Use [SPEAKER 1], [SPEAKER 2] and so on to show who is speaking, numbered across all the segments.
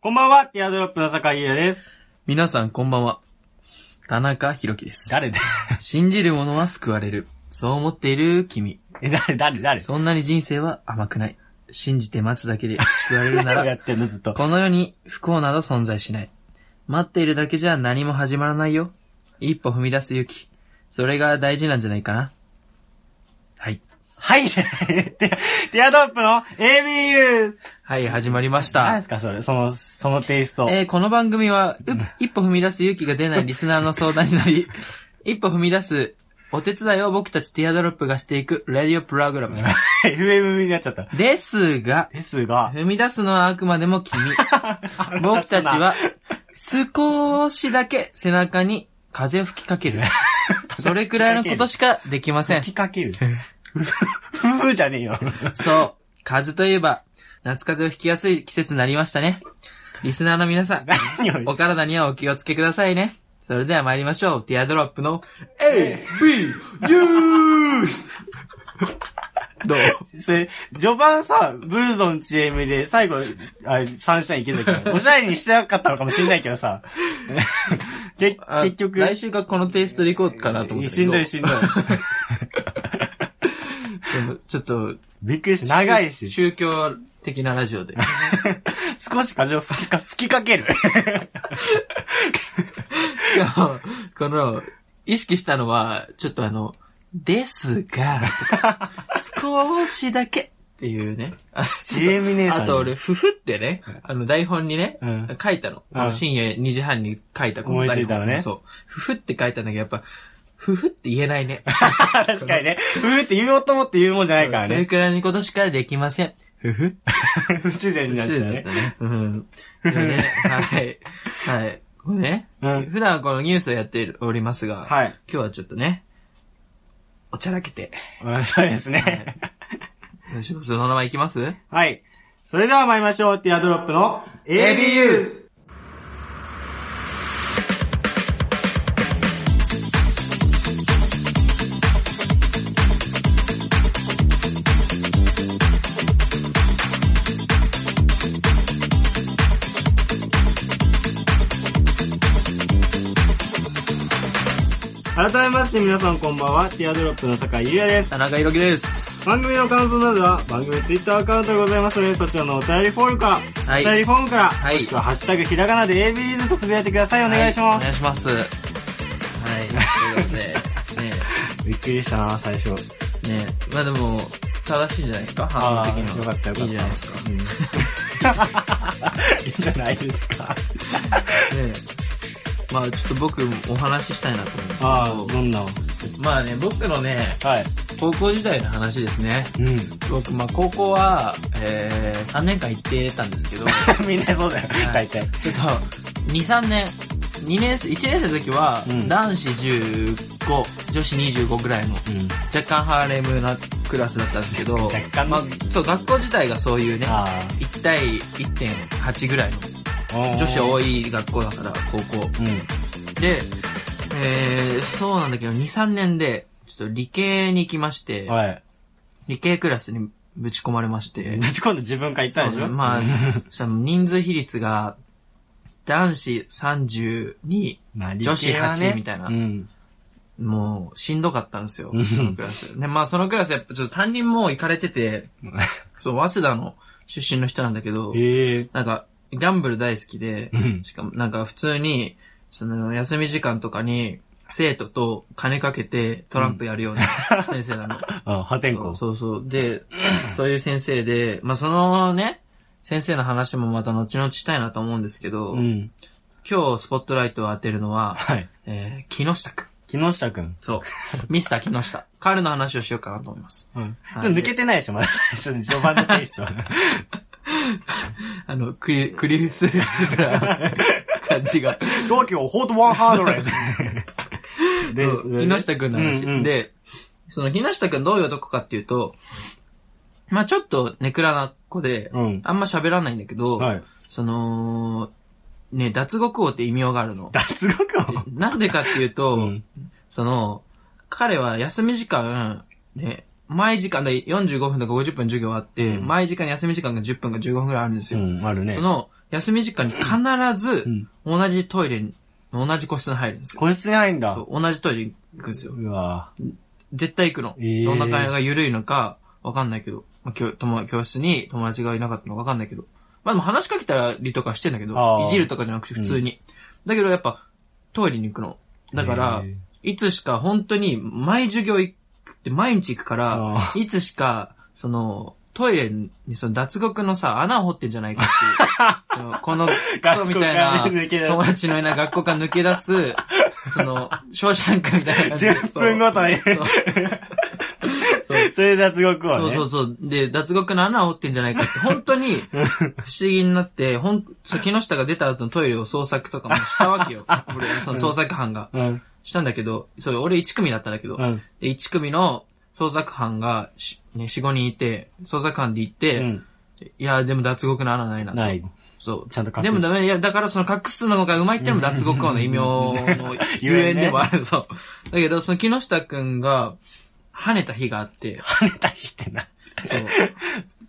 [SPEAKER 1] こんばんは、ティアドロップの坂井優也です。
[SPEAKER 2] 皆さんこんばんは。田中博樹です。
[SPEAKER 1] 誰だ
[SPEAKER 2] 信じる者は救われる。そう思っている君。
[SPEAKER 1] え、誰、誰、誰
[SPEAKER 2] そんなに人生は甘くない。信じて待つだけで救われるな
[SPEAKER 1] 誰をや
[SPEAKER 2] ら、
[SPEAKER 1] ってんの、ずっと。
[SPEAKER 2] この世に不幸など存在しない。待っているだけじゃ何も始まらないよ。一歩踏み出す勇気。それが大事なんじゃないかな。はい。
[SPEAKER 1] はい、じゃないティアティアドロップの ABU!
[SPEAKER 2] はい、始まりまし
[SPEAKER 1] 何で
[SPEAKER 2] た。
[SPEAKER 1] すか、それ、その、そのテイスト。
[SPEAKER 2] えーこの番組は、 う一歩踏み出す勇気が出ないリスナーの相談になり、一歩踏み出すお手伝いを僕たちティアドロップがしていくラディオプログ ラム。
[SPEAKER 1] FM になっちゃった。
[SPEAKER 2] ですが、
[SPEAKER 1] ですが、
[SPEAKER 2] 踏み出すのはあくまでも 君。僕たちは、少しだけ背中に風を吹き かける。それくらいのことしかできません
[SPEAKER 1] 吹。きかける。ふふじゃねえよ。
[SPEAKER 2] そう、風といえば、夏風邪をひきやすい季節になりましたね。リスナーの皆さん、
[SPEAKER 1] 何を言
[SPEAKER 2] お
[SPEAKER 1] っ
[SPEAKER 2] 体にはお気をつけくださいね。それでは参りましょう。ティアドロップの A, B, U! どう
[SPEAKER 1] それ、序盤さ、ブルゾン CM で最後、あサンシャイン池崎のおしゃれにしてなかったのかもしれないけど さ。け
[SPEAKER 2] あ
[SPEAKER 1] 結局、
[SPEAKER 2] 来週からこのテイストでいこうかなと思って
[SPEAKER 1] しんどいしんどい。
[SPEAKER 2] ちょっと、
[SPEAKER 1] びっくりした。長いし。
[SPEAKER 2] 宗教的なラジオで。
[SPEAKER 1] 少し風を吹きか吹きかけ る。
[SPEAKER 2] しかもこの、意識したのは、ちょっとあの、ですが、とか少しだけっていうね。あちょっと
[SPEAKER 1] CM 姉さん。
[SPEAKER 2] あと俺、ふふってね、あの台本にね、
[SPEAKER 1] うん
[SPEAKER 2] 書いたの。
[SPEAKER 1] うん
[SPEAKER 2] あの深夜2時半に書いたこの
[SPEAKER 1] 思いつ
[SPEAKER 2] 台
[SPEAKER 1] いたの
[SPEAKER 2] 本。
[SPEAKER 1] ね
[SPEAKER 2] そう。ふふって書いたんだけど、やっぱ、ふふって言えないね。
[SPEAKER 1] 確かにね。うーって言おうと思って言うもんじゃないから
[SPEAKER 2] それ
[SPEAKER 1] ね。
[SPEAKER 2] くらいのことしかできません。ふふ
[SPEAKER 1] 不自然になっちゃうね。
[SPEAKER 2] うん。でね、はい。はい。これね、
[SPEAKER 1] うん
[SPEAKER 2] 普段はこのニュースをやっておりますが、
[SPEAKER 1] はい。
[SPEAKER 2] 今日はちょっとね、おちゃらけて。
[SPEAKER 1] うんそうですね。
[SPEAKER 2] どうしますそのままいきます
[SPEAKER 1] はい。それでは参りましょう。ティアドロップの ABUs。改めまして皆さんこんばんは、ティアドロップの坂井優也です。
[SPEAKER 2] 田中裕樹です。
[SPEAKER 1] 番組の感想などは番組ツイッターアカウントがございますのでそちらのお便りフォームから、
[SPEAKER 2] はい
[SPEAKER 1] お便りフォームから、
[SPEAKER 2] はい
[SPEAKER 1] もしくはハッシュタグひらがなで ABZ とつぶやいてください。お願いします。
[SPEAKER 2] はいお願いします。はい。ということで、ね
[SPEAKER 1] びっくりしたな、最初。
[SPEAKER 2] え、ねえ、まあでも、正しいんじゃないですか反応的には。
[SPEAKER 1] よかったよかった。
[SPEAKER 2] いいじゃないですか。ね
[SPEAKER 1] うんいいじゃないですか。
[SPEAKER 2] えまあちょっと僕もお話ししたいなと思うんです
[SPEAKER 1] ああ、
[SPEAKER 2] け
[SPEAKER 1] どんなの
[SPEAKER 2] ど、まあね、僕のね、
[SPEAKER 1] はい。
[SPEAKER 2] 高校時代の話ですね。
[SPEAKER 1] うん。
[SPEAKER 2] 僕、まあ高校は、えー、3年間行ってたんです けど、
[SPEAKER 1] みんなそうだよ、
[SPEAKER 2] はい
[SPEAKER 1] 大体。
[SPEAKER 2] ちょっと、2、3年、2年生、1年生の時は
[SPEAKER 1] う、ん
[SPEAKER 2] 男子15、女子25ぐらいの、
[SPEAKER 1] うん。
[SPEAKER 2] 若干ハーレムなクラスだったんですけど、
[SPEAKER 1] 若干ね
[SPEAKER 2] まあ、そう、学校自体がそういうね、
[SPEAKER 1] あ
[SPEAKER 2] 1対1.8ぐらいの、
[SPEAKER 1] あ。
[SPEAKER 2] 女子
[SPEAKER 1] い。
[SPEAKER 2] 多い学校だから、高校。
[SPEAKER 1] うん。
[SPEAKER 2] で、えー、そうなんだけど、2、3年で、ちょっと理系に行きまして、
[SPEAKER 1] はい。
[SPEAKER 2] 理系クラスにぶち込まれまして
[SPEAKER 1] ぶ、ち込んで自分から言っ
[SPEAKER 2] そ
[SPEAKER 1] た
[SPEAKER 2] うん
[SPEAKER 1] でし
[SPEAKER 2] ね、
[SPEAKER 1] ょ
[SPEAKER 2] ま
[SPEAKER 1] うん
[SPEAKER 2] あ、そしたら人数比率が、男子32、
[SPEAKER 1] まあ
[SPEAKER 2] 女子8みたいな
[SPEAKER 1] うん。
[SPEAKER 2] もう、しんどかったんですよ
[SPEAKER 1] うん、
[SPEAKER 2] そのクラス。で、まあ、そのクラス、やっぱちょっと担任も行かれてて、そう、早稲田の出身の人なんだけど、
[SPEAKER 1] ええ。
[SPEAKER 2] なんか、ギャンブル大好きで
[SPEAKER 1] う、ん。
[SPEAKER 2] しかもなんか普通に、その、休み時間とかに、生徒と金かけてトランプやるような先生なの。
[SPEAKER 1] あ、破天
[SPEAKER 2] そう
[SPEAKER 1] 荒。
[SPEAKER 2] そうそう。で、そういう先生で、まあ、そのね、先生の話もまた後々したいなと思うんですけど、
[SPEAKER 1] うん。
[SPEAKER 2] 今日スポットライトを当てるのは、
[SPEAKER 1] はい。
[SPEAKER 2] えー、木下くん。
[SPEAKER 1] 木下くん。
[SPEAKER 2] そう。ミスター木下。彼の話をしようかなと思います。
[SPEAKER 1] うん。
[SPEAKER 2] はい
[SPEAKER 1] 抜けてないでしょ、まだ最初に序盤のテイス ト。
[SPEAKER 2] あの、クリ、クリス、感じが。
[SPEAKER 1] 同期をホートワンハードレ
[SPEAKER 2] そう木下くんの話。
[SPEAKER 1] うんうん
[SPEAKER 2] で、その木下くんどういう男かっていうと、まあちょっとネクラな子で、
[SPEAKER 1] うん。
[SPEAKER 2] あんま喋らないんだけど、
[SPEAKER 1] はい。
[SPEAKER 2] その、ね、脱獄王って異名があるの。
[SPEAKER 1] 脱獄
[SPEAKER 2] なんでかっていうと、
[SPEAKER 1] をうん。
[SPEAKER 2] その、彼は休み時間、ね、毎時間で45分とか50分授業あって、
[SPEAKER 1] うん
[SPEAKER 2] 毎時間に休み時間が10分か15分くらいあるんです
[SPEAKER 1] う
[SPEAKER 2] よ。
[SPEAKER 1] ん、あるね。
[SPEAKER 2] その、休み時間に必ず
[SPEAKER 1] う、ん。
[SPEAKER 2] 同じトイレに、同じ個室に入るんですよ。
[SPEAKER 1] 個室に入るんだ。
[SPEAKER 2] そうう同じトイレに行くんですよ。
[SPEAKER 1] わ
[SPEAKER 2] 絶対行くの。
[SPEAKER 1] えー
[SPEAKER 2] どんな会話が緩いのか、わかんないけど。まあ、教友教室に友達がいなかったのかわかんないけど。まあでも話しかけたりとかしてんだけ
[SPEAKER 1] あ
[SPEAKER 2] ど、
[SPEAKER 1] ー
[SPEAKER 2] いじるとかじゃなくて普通に。だけどやっぱ、トイレに行くの。だから、
[SPEAKER 1] え
[SPEAKER 2] いつしか本当に、毎授業行くって毎日行くから、
[SPEAKER 1] あ
[SPEAKER 2] いつしか、その、トイレにその脱獄のさ、穴を掘ってんじゃないか っていうその。このクソみたいな、
[SPEAKER 1] 学校から抜け出す
[SPEAKER 2] 友達のいない学校から抜け出す、その、商社なんかみたいな感じで。
[SPEAKER 1] 10分ごとに
[SPEAKER 2] そう
[SPEAKER 1] ーそれで脱獄は
[SPEAKER 2] そ
[SPEAKER 1] ね。
[SPEAKER 2] うそうそう。で、脱獄の穴を掘ってんじゃないかって、本当に、不思議になって、ほん、そう木下が出た後のトイレを捜索とかもしたわ けよ。俺、その捜索班が。
[SPEAKER 1] うん。
[SPEAKER 2] したんだけど、そう、俺1組だったんだけど、
[SPEAKER 1] うん。
[SPEAKER 2] で、1組の捜索班がし、ね、4、5人いて、捜索班で行って、
[SPEAKER 1] うん。
[SPEAKER 2] いや、でも脱獄の穴ないな。
[SPEAKER 1] ない。
[SPEAKER 2] そう。
[SPEAKER 1] ちゃんと隠す
[SPEAKER 2] でもダメ、いや、だからその隠すのがうまいってのも脱獄王の異名 の ゆえんでもある、そう。だけど、その木下くんが、跳ねた日があって、
[SPEAKER 1] 跳ねた日ってな。
[SPEAKER 2] そう。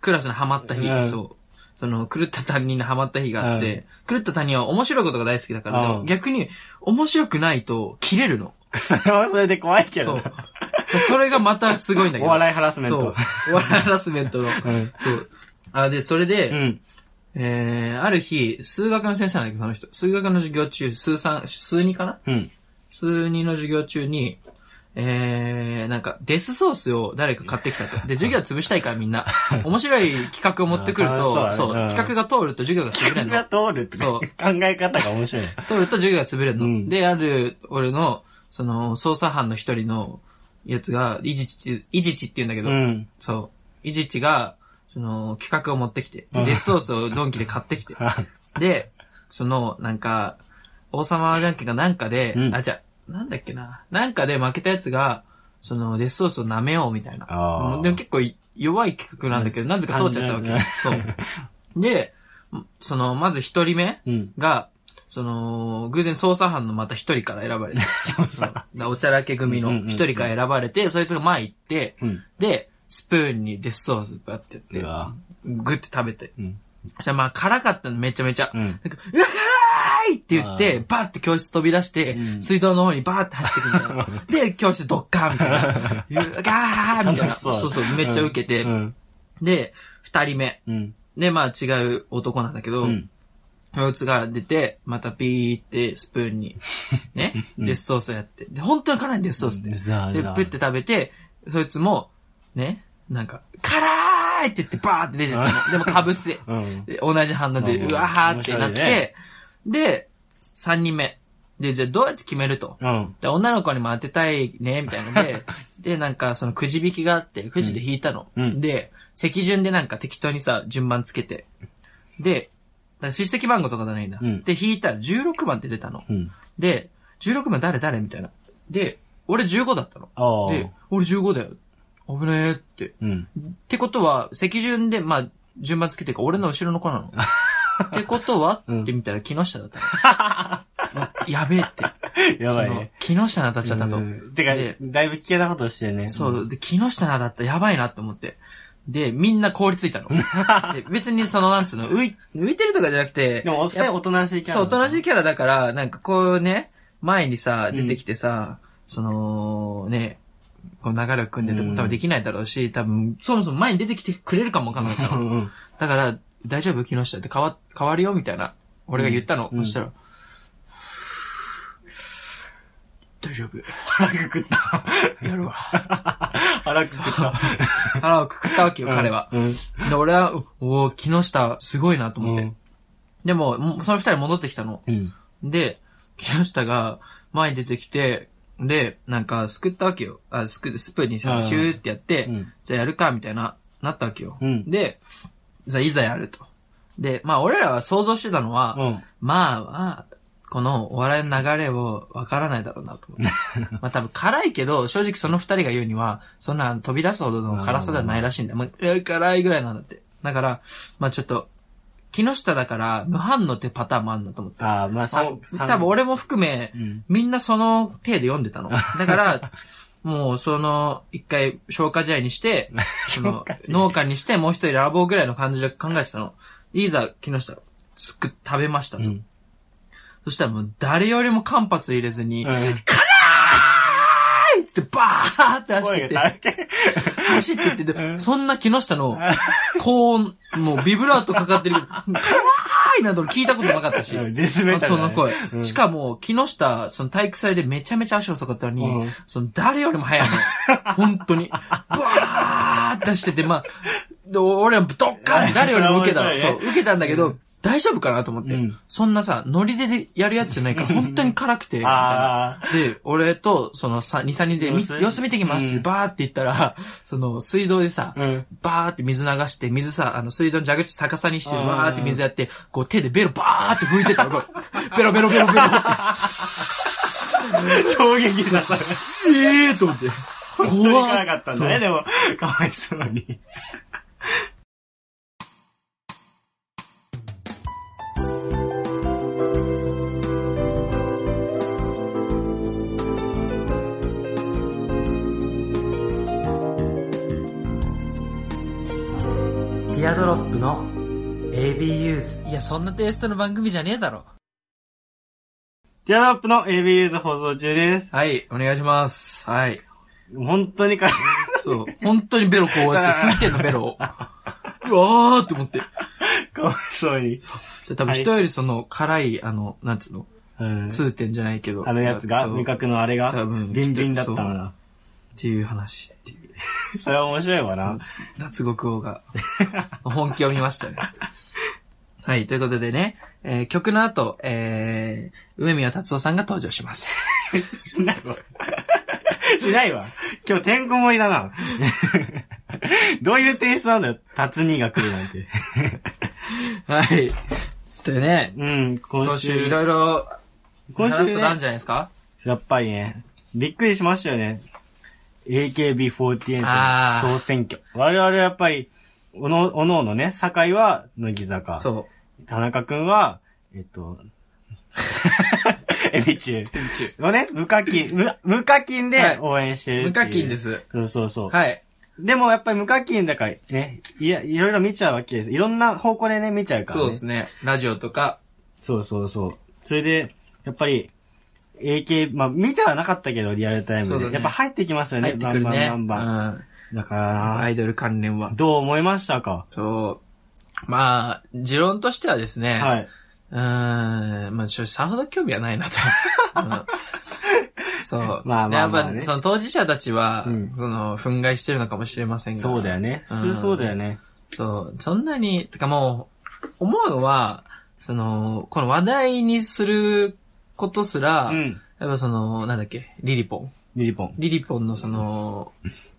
[SPEAKER 2] クラスにハマった日、
[SPEAKER 1] うん
[SPEAKER 2] そう。その、狂った担任にハマった日があって、狂った担任は面白いことが大好きだから、でも
[SPEAKER 1] うん
[SPEAKER 2] 逆に、面白くないと、切れるの。
[SPEAKER 1] それはそれで怖いけど
[SPEAKER 2] そう
[SPEAKER 1] な。。
[SPEAKER 2] それがまたすごいんだけ
[SPEAKER 1] お
[SPEAKER 2] ど。
[SPEAKER 1] 笑いハラスメン
[SPEAKER 2] そ
[SPEAKER 1] ト
[SPEAKER 2] う。。お笑いハラスメント
[SPEAKER 1] う
[SPEAKER 2] の。
[SPEAKER 1] ん。
[SPEAKER 2] そう。あ、で、それで、
[SPEAKER 1] うん。
[SPEAKER 2] えー、ある日、数学の先生なんだけど、その人。数学の授業中、数三、数二かな
[SPEAKER 1] うん。
[SPEAKER 2] 数二の授業中に、えー、なんか、デスソースを誰か買ってきたと。で、授業潰したいから みんな。面白い企画を持ってくると、
[SPEAKER 1] あー
[SPEAKER 2] そ
[SPEAKER 1] そううだねうん
[SPEAKER 2] 企画が通ると授業が潰れ
[SPEAKER 1] み
[SPEAKER 2] る
[SPEAKER 1] ん
[SPEAKER 2] の
[SPEAKER 1] な。通るって
[SPEAKER 2] そ
[SPEAKER 1] 考
[SPEAKER 2] う
[SPEAKER 1] え方が面白いな。
[SPEAKER 2] 取ると授業が潰れるの。
[SPEAKER 1] うん
[SPEAKER 2] で、ある、俺の、その、捜査班の一人の、やつが、いじち、いじちって言うんだけど、
[SPEAKER 1] うん。
[SPEAKER 2] そう。いじちが、その、企画を持ってきて、
[SPEAKER 1] うん
[SPEAKER 2] デスソースをドンキで買ってきて、で、その、なんか、王様じゃんけんかなんかで、
[SPEAKER 1] うん
[SPEAKER 2] あ、じゃあ、なんだっけな、なんかで負けたやつが、その、デスソースを舐めようみたいな。
[SPEAKER 1] あー
[SPEAKER 2] でも結構弱い企画なんだけど、なぜか通っちゃったわけ。そう。で、その、まず一人目、
[SPEAKER 1] うん。
[SPEAKER 2] が、その、偶然捜査班のまた一人から選ばれて、 そうおちゃらけ組の一人から選ばれて、そいつが前行って、
[SPEAKER 1] うん。
[SPEAKER 2] で、スプーンにデスソースバって
[SPEAKER 1] う
[SPEAKER 2] や
[SPEAKER 1] わ
[SPEAKER 2] って、グって食べて。
[SPEAKER 1] うん。
[SPEAKER 2] そしたらまあ辛かったのめちゃめちゃ。
[SPEAKER 1] う
[SPEAKER 2] なん
[SPEAKER 1] ん。
[SPEAKER 2] か、うわ辛いって言って、バーって教室飛び出して、
[SPEAKER 1] うん
[SPEAKER 2] 水道の方にバーって走ってくみたい な。で、教室ドッカーンみたいな。うわガーみたいな。
[SPEAKER 1] 楽し
[SPEAKER 2] そ
[SPEAKER 1] そうう
[SPEAKER 2] そうめっちゃ受けて。
[SPEAKER 1] うん。
[SPEAKER 2] で、二人目。
[SPEAKER 1] うん。
[SPEAKER 2] で、まあ違う男なんだけど、
[SPEAKER 1] うん。
[SPEAKER 2] そいつが出て、またピーってスプーンに、ね、
[SPEAKER 1] うん
[SPEAKER 2] デスソースやって。で、本当に辛いんデスソースって。で、
[SPEAKER 1] ざあ
[SPEAKER 2] プッて食べて、そいつも、ね、なんか、辛いって言ってバーって出てったの。でもか ぶせ。
[SPEAKER 1] うん。
[SPEAKER 2] で同じ反応で、
[SPEAKER 1] うん
[SPEAKER 2] うわーってなっ
[SPEAKER 1] 面白い
[SPEAKER 2] て、で、三人目。で、じゃあどうやって決めると。
[SPEAKER 1] うん。
[SPEAKER 2] で、女の子にも当てたいね、みたいなの で、で、なんか、そのくじ引きがあって、くじで引いたの。
[SPEAKER 1] うんうん
[SPEAKER 2] で、席順でなんか適当にさ、順番つけて。で、だから出席番号とかじゃないんだ。
[SPEAKER 1] うん
[SPEAKER 2] で、引いたら16番って出たの。
[SPEAKER 1] うん。
[SPEAKER 2] で、16番誰誰みたいな。で、俺15だったの。
[SPEAKER 1] ああ。
[SPEAKER 2] で、俺15だよ。危ねえって。っ
[SPEAKER 1] うん。
[SPEAKER 2] てことは、席順で、まあ、順番つけてるから俺の後ろの子な の。ってことは、
[SPEAKER 1] うん
[SPEAKER 2] って見たら木下だった の。やべえっ て。
[SPEAKER 1] やばいね。
[SPEAKER 2] その木下なたちだったと。
[SPEAKER 1] うんてか
[SPEAKER 2] で、
[SPEAKER 1] だいぶ危険なことしてるね。
[SPEAKER 2] そう、で、木下なだったらやばいなって思って。で、みんな凍りついたの。 で別にその、なんつうの、浮い浮いてるとかじゃなくて、
[SPEAKER 1] でも、お二人おとなしいキャラ
[SPEAKER 2] そう、おとなしい
[SPEAKER 1] い。
[SPEAKER 2] キャラだから、なんかこうね、前にさ、出てきてさ、その、ね、こう流れを組んでて
[SPEAKER 1] う
[SPEAKER 2] も
[SPEAKER 1] ん
[SPEAKER 2] 多分できないだろうし、多分、そもそも前に出てきてくれるかもわかんないか
[SPEAKER 1] う
[SPEAKER 2] ら。
[SPEAKER 1] んうん。
[SPEAKER 2] だから、大丈夫木下って変わ、変わるよみたいな。俺が言ったの。
[SPEAKER 1] うん
[SPEAKER 2] そしたら、大丈夫。
[SPEAKER 1] 腹くくった。
[SPEAKER 2] やるわ。
[SPEAKER 1] 腹くくった。
[SPEAKER 2] 腹をくくったわけよ、彼は。
[SPEAKER 1] うん。
[SPEAKER 2] で、俺は、おお木下、すごいなと思って。
[SPEAKER 1] うん
[SPEAKER 2] でも、もうその二人戻ってきたの。
[SPEAKER 1] うん。
[SPEAKER 2] で、木下が前に出てきて、で、なんか、すくったわけよ。あ、すく、スプーンに
[SPEAKER 1] う
[SPEAKER 2] さ、
[SPEAKER 1] ん
[SPEAKER 2] シューってやって、
[SPEAKER 1] うん
[SPEAKER 2] じゃあやるか、みたいな、なったわけよ。
[SPEAKER 1] うん
[SPEAKER 2] で、じゃあいざやると。で、まあ、俺らは想像してたのは、
[SPEAKER 1] うん。
[SPEAKER 2] まあ、まあ、このお笑いの流れをわからないだろうなと思 って。まあ多分辛いけど、正直その二人が言うには、そんな飛び出すほどの辛さではないらしいんだ。まあ、えー辛いぐらいなんだって。だから、まあちょっと、木下だから無反応ってパターンもあるんだと思って。
[SPEAKER 1] ああ、まあ、さん
[SPEAKER 2] 多分、俺も含め
[SPEAKER 1] う、ん。
[SPEAKER 2] みんなその手で読んでたの。だから、もうその、一回消化試合に して、その
[SPEAKER 1] 消化、試合
[SPEAKER 2] 農家にして、もう一人ラボぐらいの感じで考えてたの。いざ、木下、すく、食べましたと。
[SPEAKER 1] うん
[SPEAKER 2] そしたらもう誰よりも間髪入れずに、
[SPEAKER 1] うん
[SPEAKER 2] はいっつってバーって走って
[SPEAKER 1] 声
[SPEAKER 2] って、
[SPEAKER 1] が高い。
[SPEAKER 2] 走ってって、
[SPEAKER 1] う
[SPEAKER 2] で
[SPEAKER 1] ん
[SPEAKER 2] そんな木下の高音、もうビブラートかかってるけど、かわーいなど聞いたことなかったし、
[SPEAKER 1] うんデスメタル
[SPEAKER 2] そ
[SPEAKER 1] だ
[SPEAKER 2] の
[SPEAKER 1] ね。
[SPEAKER 2] 声。
[SPEAKER 1] うん
[SPEAKER 2] しかも、木下、その体育祭でめちゃめちゃ足遅かったのに、
[SPEAKER 1] うん
[SPEAKER 2] その誰よりも速いの。 本当に。バーって走ってて、まあ、で俺はドッカンって誰よりも受けたの。
[SPEAKER 1] それ
[SPEAKER 2] そう
[SPEAKER 1] 面白いね、
[SPEAKER 2] 受けたんだけど、大丈夫かなと思って。
[SPEAKER 1] うん
[SPEAKER 2] そんなさ、ノリでやるやつじゃないから、本当に辛くて、みたいな。
[SPEAKER 1] あ
[SPEAKER 2] で、俺と、その、さ2、3人で、み
[SPEAKER 1] 様子
[SPEAKER 2] 様子見てきますって、
[SPEAKER 1] うん
[SPEAKER 2] バーって言ったら、 その、水道でさ、
[SPEAKER 1] あ。うん。
[SPEAKER 2] バーって水流して、水さ、あの、水道の蛇口逆さにして、
[SPEAKER 1] うん
[SPEAKER 2] バーって水やって、こう手でベロバーって拭いてたの。こうベロベロベ ロベロって。
[SPEAKER 1] 衝撃だ。そ
[SPEAKER 2] ええーと思って。
[SPEAKER 1] れ
[SPEAKER 2] 怖
[SPEAKER 1] 行かなかったんだ
[SPEAKER 2] そう
[SPEAKER 1] ね、でも。かわいそうに。ティアドロップの ABUs
[SPEAKER 2] いや、そんなテイストの番組じゃねえだろ。
[SPEAKER 1] ティアドロップの ABUs 放送中です。
[SPEAKER 2] はい、お願いします。はい。
[SPEAKER 1] 本当にか、
[SPEAKER 2] そう。本当にベロこうやって拭いてんの、ベロを。うわーって思って。
[SPEAKER 1] かわいそうに。
[SPEAKER 2] で多分人よりその、辛い、あの、なんつうの、
[SPEAKER 1] うん
[SPEAKER 2] 痛点じゃないけど。
[SPEAKER 1] あのやつが、
[SPEAKER 2] そう
[SPEAKER 1] 味覚のあれが
[SPEAKER 2] 多、分
[SPEAKER 1] ビンビンだったの
[SPEAKER 2] そ
[SPEAKER 1] な。
[SPEAKER 2] っていう話っていう。
[SPEAKER 1] それは面白いわな。
[SPEAKER 2] 脱獄王が、 本気を見ましたね。はい、ということでね、えー曲の後、えー、梅宮達夫さんが登場 します。
[SPEAKER 1] しないわ。しないわ。今日てんこ盛りだな。 どういうテイストなんだよ。辰兄が来るなんて。
[SPEAKER 2] はい。でね、
[SPEAKER 1] うん、今
[SPEAKER 2] 今週い
[SPEAKER 1] 週。
[SPEAKER 2] ろいろ、
[SPEAKER 1] 今週
[SPEAKER 2] 話すことあるん
[SPEAKER 1] ね、
[SPEAKER 2] じゃないですか
[SPEAKER 1] やっぱりね、びっくりしましたよね。AKB48
[SPEAKER 2] あー
[SPEAKER 1] の総選挙。我々はやっぱり、おの、おのおのね、酒井は乃木坂。
[SPEAKER 2] そ
[SPEAKER 1] 田中くんは、えっと、 エビチュー。
[SPEAKER 2] う。宇宙。
[SPEAKER 1] のね、無課金、無、無課金
[SPEAKER 2] はい
[SPEAKER 1] で応援してるっていう
[SPEAKER 2] 無課金で。す。
[SPEAKER 1] そうそうそう。
[SPEAKER 2] はい。
[SPEAKER 1] でもやっぱり無課金だからね、いや、いろいろ見ちゃうわけです。いろんな方向でね、見ちゃうから、ね。
[SPEAKER 2] そうですね。ラジオとか、
[SPEAKER 1] そうそうそう。それで、やっぱり、AK、まあ見てはなかったけど、リアルタイム
[SPEAKER 2] そう
[SPEAKER 1] で。
[SPEAKER 2] だね
[SPEAKER 1] やっぱ入ってきますよね、
[SPEAKER 2] 入ってくるね。
[SPEAKER 1] バンバンバンバン。
[SPEAKER 2] うん
[SPEAKER 1] だから
[SPEAKER 2] ア
[SPEAKER 1] な、
[SPEAKER 2] イドル関連は。
[SPEAKER 1] どう思いましたか
[SPEAKER 2] そう。まあ、持論としてはですね、
[SPEAKER 1] はい。
[SPEAKER 2] うーん、まあ、正直さほど興味はな いなと。うんそう。
[SPEAKER 1] まあまあまあね
[SPEAKER 2] やっぱ、その当事者たちは、
[SPEAKER 1] うん
[SPEAKER 2] その、憤慨してるのかもしれませんが。
[SPEAKER 1] そうだよね。
[SPEAKER 2] うん
[SPEAKER 1] 普通そうだよね。
[SPEAKER 2] そう。そんなに、てかもう、思うのは、その、この話題にすることすら、
[SPEAKER 1] うん。
[SPEAKER 2] やっぱその、なんだっけ、リリポン。
[SPEAKER 1] リリポン。
[SPEAKER 2] リリポンのその、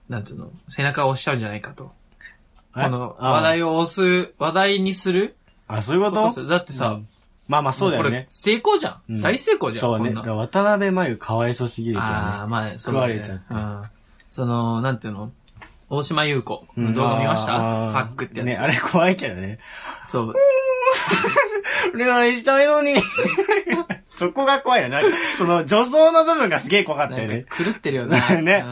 [SPEAKER 2] なんつうの、背中を押しちゃうんじゃないかと。この、
[SPEAKER 1] あ
[SPEAKER 2] 話題を押す、話題にする
[SPEAKER 1] あ、そういう
[SPEAKER 2] こ
[SPEAKER 1] ことと
[SPEAKER 2] する。だってさ、
[SPEAKER 1] まあまあそうだよ
[SPEAKER 2] もこれ
[SPEAKER 1] ね。
[SPEAKER 2] 成功じゃ。
[SPEAKER 1] うんん
[SPEAKER 2] 大成功じゃん。
[SPEAKER 1] そうね。
[SPEAKER 2] こん
[SPEAKER 1] だ
[SPEAKER 2] な
[SPEAKER 1] から渡辺真由かわいそうすぎるけど
[SPEAKER 2] ああ、
[SPEAKER 1] ね。
[SPEAKER 2] まあ、そ
[SPEAKER 1] 食
[SPEAKER 2] の、
[SPEAKER 1] わ
[SPEAKER 2] ね、
[SPEAKER 1] れちゃって
[SPEAKER 2] うん。その、なんていうの大島優子の動画見ました、
[SPEAKER 1] うん
[SPEAKER 2] ファックってやつ。
[SPEAKER 1] ね、あれ怖いけどね。
[SPEAKER 2] そう。
[SPEAKER 1] 恋愛したいのに。 そこが怖いよね。その、女装の部分がすげえ怖かった
[SPEAKER 2] な
[SPEAKER 1] よ
[SPEAKER 2] ん
[SPEAKER 1] ね。
[SPEAKER 2] か狂ってるよね。
[SPEAKER 1] ね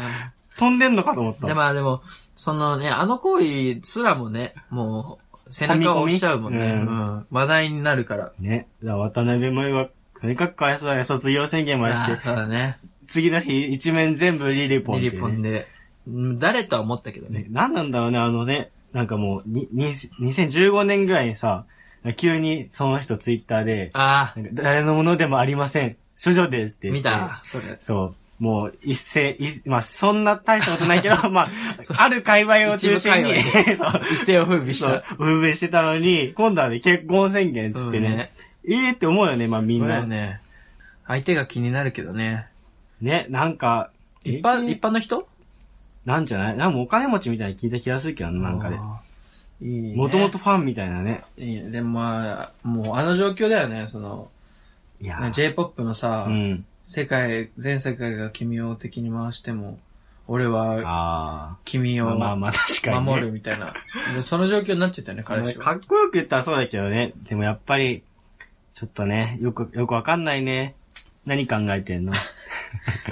[SPEAKER 1] 飛んでんのかと思っ
[SPEAKER 2] うん
[SPEAKER 1] た。
[SPEAKER 2] で、まあでも、そのね、あの行為すらもね、もう、背中を押しちゃうもんね。
[SPEAKER 1] 込み込み
[SPEAKER 2] う
[SPEAKER 1] うん
[SPEAKER 2] ん、話題になるから。
[SPEAKER 1] ね。だから渡辺真由は、とにかくかわいそうだね。卒業宣言もある
[SPEAKER 2] あー
[SPEAKER 1] し、
[SPEAKER 2] そうだね。
[SPEAKER 1] 次の日、一面全部リリポンっ
[SPEAKER 2] ミ
[SPEAKER 1] てい
[SPEAKER 2] リ
[SPEAKER 1] うね、
[SPEAKER 2] ポンで。うん誰とは思ったけど
[SPEAKER 1] ね
[SPEAKER 2] ね。。
[SPEAKER 1] 何なんだろうね、あのね、なんかもう、に、に、2015年ぐらいにさ、急にその人ツイッターで、
[SPEAKER 2] あ
[SPEAKER 1] なんか誰のものでもありません。処女ですって
[SPEAKER 2] あ、
[SPEAKER 1] 言って。
[SPEAKER 2] 見た。それ。
[SPEAKER 1] そう。もう、一斉、いまあ、そんな大したことないけ ど、まあ、ある界隈を中心に
[SPEAKER 2] 一部 界、
[SPEAKER 1] そう、
[SPEAKER 2] 一世を風靡し
[SPEAKER 1] そう
[SPEAKER 2] た。、
[SPEAKER 1] 運営してたのに、今度はね、結婚宣言っつってね。ええって思うよね、まあみ
[SPEAKER 2] そ
[SPEAKER 1] ん
[SPEAKER 2] うだよ
[SPEAKER 1] な。ね
[SPEAKER 2] ね。相手が気になるけどね。
[SPEAKER 1] なんか、
[SPEAKER 2] 一般、
[SPEAKER 1] え
[SPEAKER 2] 一般の人
[SPEAKER 1] なんじゃないなんかもうお金持ちみたいに聞いた気がするけどな、なんかで。
[SPEAKER 2] あーいいね。
[SPEAKER 1] もともとファンみたいなね。
[SPEAKER 2] いいね。でもまあ、もうあの状況だよね、その、
[SPEAKER 1] いや
[SPEAKER 2] ね
[SPEAKER 1] ー
[SPEAKER 2] J-POP のさ、
[SPEAKER 1] うん。
[SPEAKER 2] 世界、全世界が君を敵に回しても、俺は
[SPEAKER 1] あ
[SPEAKER 2] 君
[SPEAKER 1] あ。まあ
[SPEAKER 2] を
[SPEAKER 1] まあまあ、確かに、ね。
[SPEAKER 2] 守るみたいな。でその状況になっちゃったよね、彼氏
[SPEAKER 1] か
[SPEAKER 2] は。
[SPEAKER 1] っこよく言ったらそうだけどね。でもやっぱり、ちょっとね、よく、よくわかんないね。何考えてんの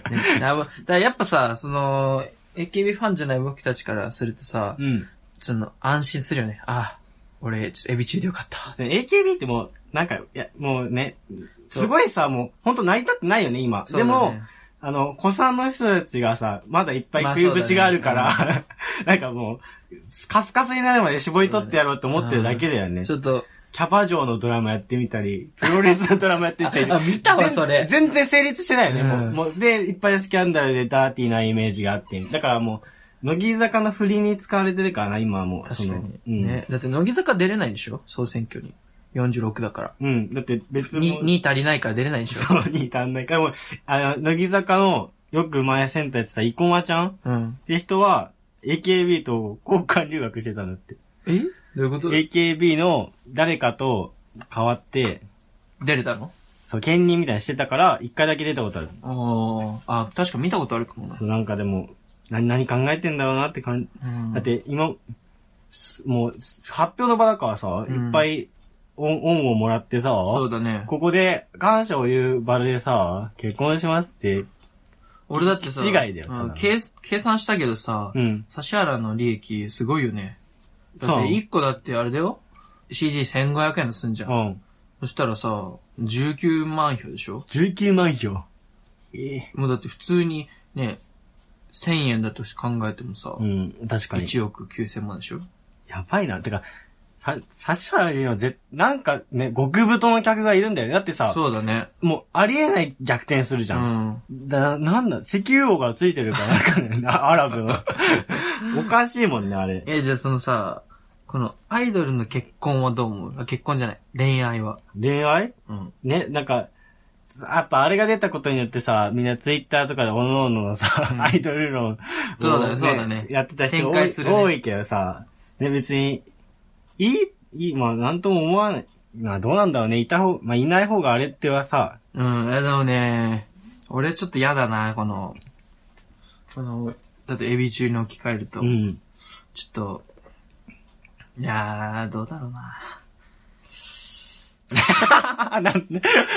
[SPEAKER 2] ねだだからやっぱさ、その、AKB ファンじゃない僕たちからするとさ、
[SPEAKER 1] うん。
[SPEAKER 2] その、安心するよね。ああ、俺、ちょっとエビ中でよかった。
[SPEAKER 1] で AKB ってもう、なんか、いや、もうね、すごいさ、もう、ほんと成り立ってないよね、今。
[SPEAKER 2] そう
[SPEAKER 1] で
[SPEAKER 2] だね
[SPEAKER 1] も、あの、子さんの人たちがさ、まだいっぱい食い口があるから、
[SPEAKER 2] まあそ
[SPEAKER 1] なんかもう、カスカスになるまで絞り取ってやろうと思ってるだけだよね。
[SPEAKER 2] ちょっと、
[SPEAKER 1] キャバ嬢のドラマやってみたり、プロレスのドラマやってみたり。
[SPEAKER 2] ああ見たわ
[SPEAKER 1] 全
[SPEAKER 2] それ
[SPEAKER 1] 全然成立してないよね、
[SPEAKER 2] うん
[SPEAKER 1] もう。もう、で、いっぱいスキャンダルでダーティーなイメージがあって。だからもう、乃木坂の振りに使われてるからな、今はもう。
[SPEAKER 2] 確かに。
[SPEAKER 1] そのうん。
[SPEAKER 2] ね。だって、乃木坂出れないでしょ総選挙に。46だから。
[SPEAKER 1] うん。だって別
[SPEAKER 2] に
[SPEAKER 1] に。
[SPEAKER 2] 2足りないから出れないでしょ
[SPEAKER 1] そう、に足んないから、もう、あの、乃木坂の、よく前センターやってた、生駒ちゃんっ
[SPEAKER 2] うん。
[SPEAKER 1] て人は、AKB と交換留学してたんだって。
[SPEAKER 2] えどういうこと
[SPEAKER 1] AKB の誰かと変わって、
[SPEAKER 2] 出れたの
[SPEAKER 1] そう、兼任みたいにしてたから、一回だけ出たことある。
[SPEAKER 2] ああ、あ、確か見たことあるかもな。
[SPEAKER 1] そう、なんかでも、何、何考えてんだろうなって感じ。
[SPEAKER 2] うん
[SPEAKER 1] だって、今、すもう、す発表の場だからさ、
[SPEAKER 2] うん
[SPEAKER 1] いっぱい、恩、恩をもらってさ、
[SPEAKER 2] そうだね。
[SPEAKER 1] ここで、感謝を言う場でさ、結婚しますって、
[SPEAKER 2] 俺だってさ、
[SPEAKER 1] 気違いだよた
[SPEAKER 2] う
[SPEAKER 1] だ
[SPEAKER 2] ん
[SPEAKER 1] の
[SPEAKER 2] 計計算したけどさ、
[SPEAKER 1] うん。
[SPEAKER 2] 指原の利益すごいよね。だって
[SPEAKER 1] そう
[SPEAKER 2] 1個だってあれだよ ?CD1500 円のすんじゃん。
[SPEAKER 1] うん。
[SPEAKER 2] そしたらさ、19万票でしょ
[SPEAKER 1] 19万票。ええ
[SPEAKER 2] もうだって普通にね、1000円だとし考えてもさ、
[SPEAKER 1] うん、確かに。
[SPEAKER 2] 1億9000万でしょ
[SPEAKER 1] やばいな。てか、さ、指原よりは絶、なんかね、極太の客がいるんだよね。だってさ、
[SPEAKER 2] そうだね。
[SPEAKER 1] もうありえない逆転するじ
[SPEAKER 2] う
[SPEAKER 1] ゃん。
[SPEAKER 2] ん。
[SPEAKER 1] だ、なんだ、石油王がついてるから、なんかね、 なアラブ の。おかしいもんね、あれ。
[SPEAKER 2] え、じゃあそのさ、このアイドルの結婚はどう思うあ結婚じゃない。恋愛は。
[SPEAKER 1] 恋愛
[SPEAKER 2] うん。
[SPEAKER 1] ね、なんか、やっぱあれが出たことによってさ、みんなツイッターとかでおのおののさ、
[SPEAKER 2] うん
[SPEAKER 1] アイドル論を、
[SPEAKER 2] そうだねそうだね
[SPEAKER 1] やってた人
[SPEAKER 2] 展
[SPEAKER 1] 多
[SPEAKER 2] 開
[SPEAKER 1] い,、
[SPEAKER 2] するね
[SPEAKER 1] 多いけどさ、ね、別に、いい、いい、まあなんとも思わない。まあどうなんだろうね、いた方、まあいない方があれってはさ、
[SPEAKER 2] うん、えでもね、俺ちょっと嫌だな、この、この、だってエビ中に置き換えると、
[SPEAKER 1] うん。
[SPEAKER 2] ちょっと、いやー、どうだろうな。
[SPEAKER 1] あ、なん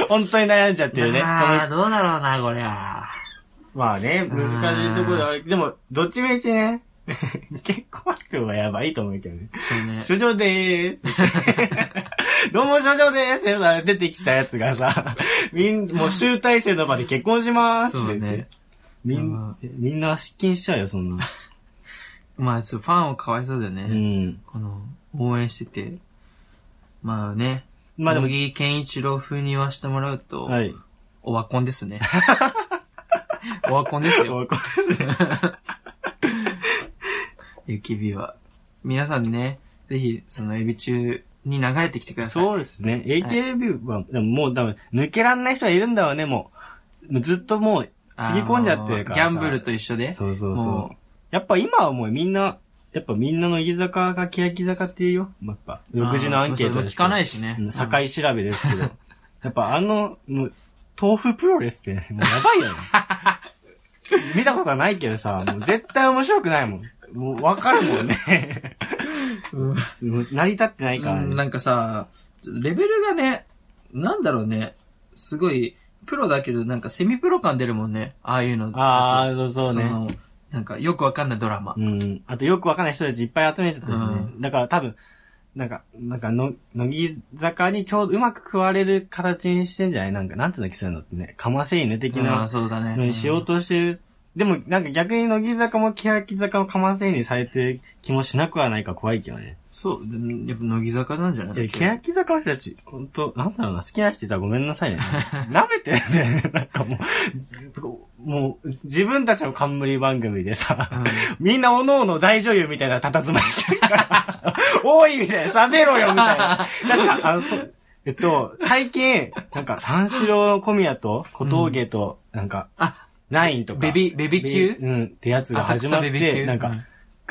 [SPEAKER 1] 本当に悩んじゃってるね。こ
[SPEAKER 2] あー、
[SPEAKER 1] の
[SPEAKER 2] どうだろうな、こりゃ。
[SPEAKER 1] まあね、難しいところではある。でも、どっちみちね、 結婚発表はやばいと思うけどね。
[SPEAKER 2] そ うね。
[SPEAKER 1] 所長でーす。 どうも所長でーすって出てきたやつが さ、みん、もう集大成の場で結婚しまーす
[SPEAKER 2] そ
[SPEAKER 1] っ
[SPEAKER 2] う
[SPEAKER 1] て
[SPEAKER 2] だ
[SPEAKER 1] 言って
[SPEAKER 2] ね。。
[SPEAKER 1] み
[SPEAKER 2] うん
[SPEAKER 1] ん、みんな失禁しちゃうよ、そんな。
[SPEAKER 2] まあ、そうファンをかわいそうだよね。
[SPEAKER 1] うん。
[SPEAKER 2] この、応援してて。まあね。
[SPEAKER 1] まあでも、
[SPEAKER 2] 乃木健一郎風に言わしてもらうと、
[SPEAKER 1] はい。
[SPEAKER 2] オワコンですね。 オワコンですよ。
[SPEAKER 1] これですね
[SPEAKER 2] ゆきびは。皆さんね、ぜひ、そのエビ中に流れてきてください。
[SPEAKER 1] そうですね。AKB は、でももう多分、抜けらんない人がいるんだろうね、もう。もうずっともう、つぎ込んじゃってるから
[SPEAKER 2] あ
[SPEAKER 1] さ。
[SPEAKER 2] のギャンブルと一緒で。
[SPEAKER 1] そうそうそ
[SPEAKER 2] も
[SPEAKER 1] う。やっぱ今はもうみんな、やっぱみんなの木坂が欅坂っていうよ。やっぱ、独自のアンケー
[SPEAKER 2] あーそ
[SPEAKER 1] ト
[SPEAKER 2] う
[SPEAKER 1] で
[SPEAKER 2] 聞
[SPEAKER 1] すけど
[SPEAKER 2] かないしね。
[SPEAKER 1] うん境調べですけど。 やっぱあの、もう、豆腐プロレスって、もうやばいよね。 見たことはないけどさ、もう絶対面白くないもん。もうわかるもんね。
[SPEAKER 2] うん
[SPEAKER 1] もう成り立ってないから
[SPEAKER 2] うん
[SPEAKER 1] ね。
[SPEAKER 2] なんかさ、ちょっとレベルがね、なんだろうね。すごい、プロだけど、なんかセミプロ感出るもんね。ああいうの。
[SPEAKER 1] あ
[SPEAKER 2] あ
[SPEAKER 1] あ、そうね。
[SPEAKER 2] の、なんかよくわかんないドラマ。
[SPEAKER 1] うん。あとよくわかんない人たちいっぱい集めてたよね。だから多分、なんか、なんかの、乃木坂にちょうどうまく食われる形にしてんじゃないなんか、なんつうんだっけ、そういうのってね。かませ犬的
[SPEAKER 2] う
[SPEAKER 1] なん
[SPEAKER 2] そうだね。
[SPEAKER 1] のにしようとしてる。でも、なんか逆に乃木坂も欅坂もかませ犬にされてる気もしなくはないから怖いけどね。
[SPEAKER 2] そう、でもやっぱ乃木坂なんじゃない
[SPEAKER 1] いや、欅坂の人たち、ほんと、なんだろうな、好きな人いたらごめんなさいね。舐めてるんだよね。なんかもう、もう、自分たちの冠番組でさ、
[SPEAKER 2] うん
[SPEAKER 1] みんなおのおの大女優みたいな佇まいしてるから、多いみたいな、喋ろよみたいな。なんか、あの、そえっと、最近、なんか、三四郎の小宮と小峠と、なんか、
[SPEAKER 2] あ、
[SPEAKER 1] ナインとか。
[SPEAKER 2] ベビ、ベビ級
[SPEAKER 1] ベうん、ってやつが始まっ
[SPEAKER 2] 浅草ベビ
[SPEAKER 1] て、
[SPEAKER 2] 級
[SPEAKER 1] なん
[SPEAKER 2] う
[SPEAKER 1] か
[SPEAKER 2] ん、
[SPEAKER 1] 食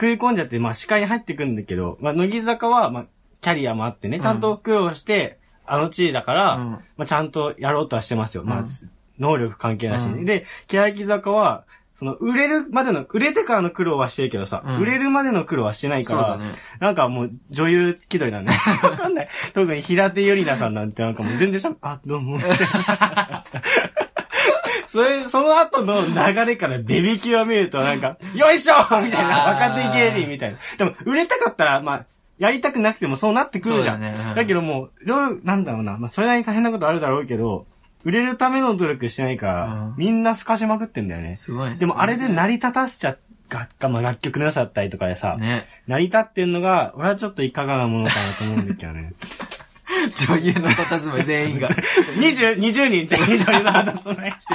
[SPEAKER 1] い込んじゃって、まあ、視界に入ってくんだけど、まあ、乃木坂は、まあ、キャリアもあってね、ちゃんと苦労して、あの地位だから、
[SPEAKER 2] うん
[SPEAKER 1] まあ、ちゃんとやろうとはしてますよ。まあ
[SPEAKER 2] うん、
[SPEAKER 1] 能力関係なし
[SPEAKER 2] う
[SPEAKER 1] に。
[SPEAKER 2] ん
[SPEAKER 1] で、欅坂は、その、売れるまでの、売れてからの苦労はしてるけどさ、
[SPEAKER 2] うん
[SPEAKER 1] 売れるまでの苦労はしてないか
[SPEAKER 2] そうだ
[SPEAKER 1] ら、
[SPEAKER 2] ね。
[SPEAKER 1] なんかもう女優気取りなんだよ。 わかんない。特に平手友梨奈さんなんてなんかもう全然しゃべ、あ、どうも。 それ、その後の流れからベビキューを見るとなんか、よいしょみたいな、
[SPEAKER 2] あー
[SPEAKER 1] 若手芸人みたいな。でも、売れたかったら、まあ、やりたくなくてもそうなってくるじゃん。
[SPEAKER 2] そうだ
[SPEAKER 1] だ
[SPEAKER 2] ねうん
[SPEAKER 1] けどもう、いろいろ、なんだろうな、まあ、それなりに大変なことあるだろうけど、売れるための努力してないから
[SPEAKER 2] うん、
[SPEAKER 1] みんな透かしまくってんだよね。
[SPEAKER 2] すごいね。
[SPEAKER 1] でも、あれで成り立たせちゃった、まあ、楽曲の良さだったりとかでさ、
[SPEAKER 2] ね。
[SPEAKER 1] 成り立ってんのが、俺はちょっといかがなものかなと思うんだけど ね。
[SPEAKER 2] 女優の佇まい全 員が。
[SPEAKER 1] 20、20人全員女優の肌備え し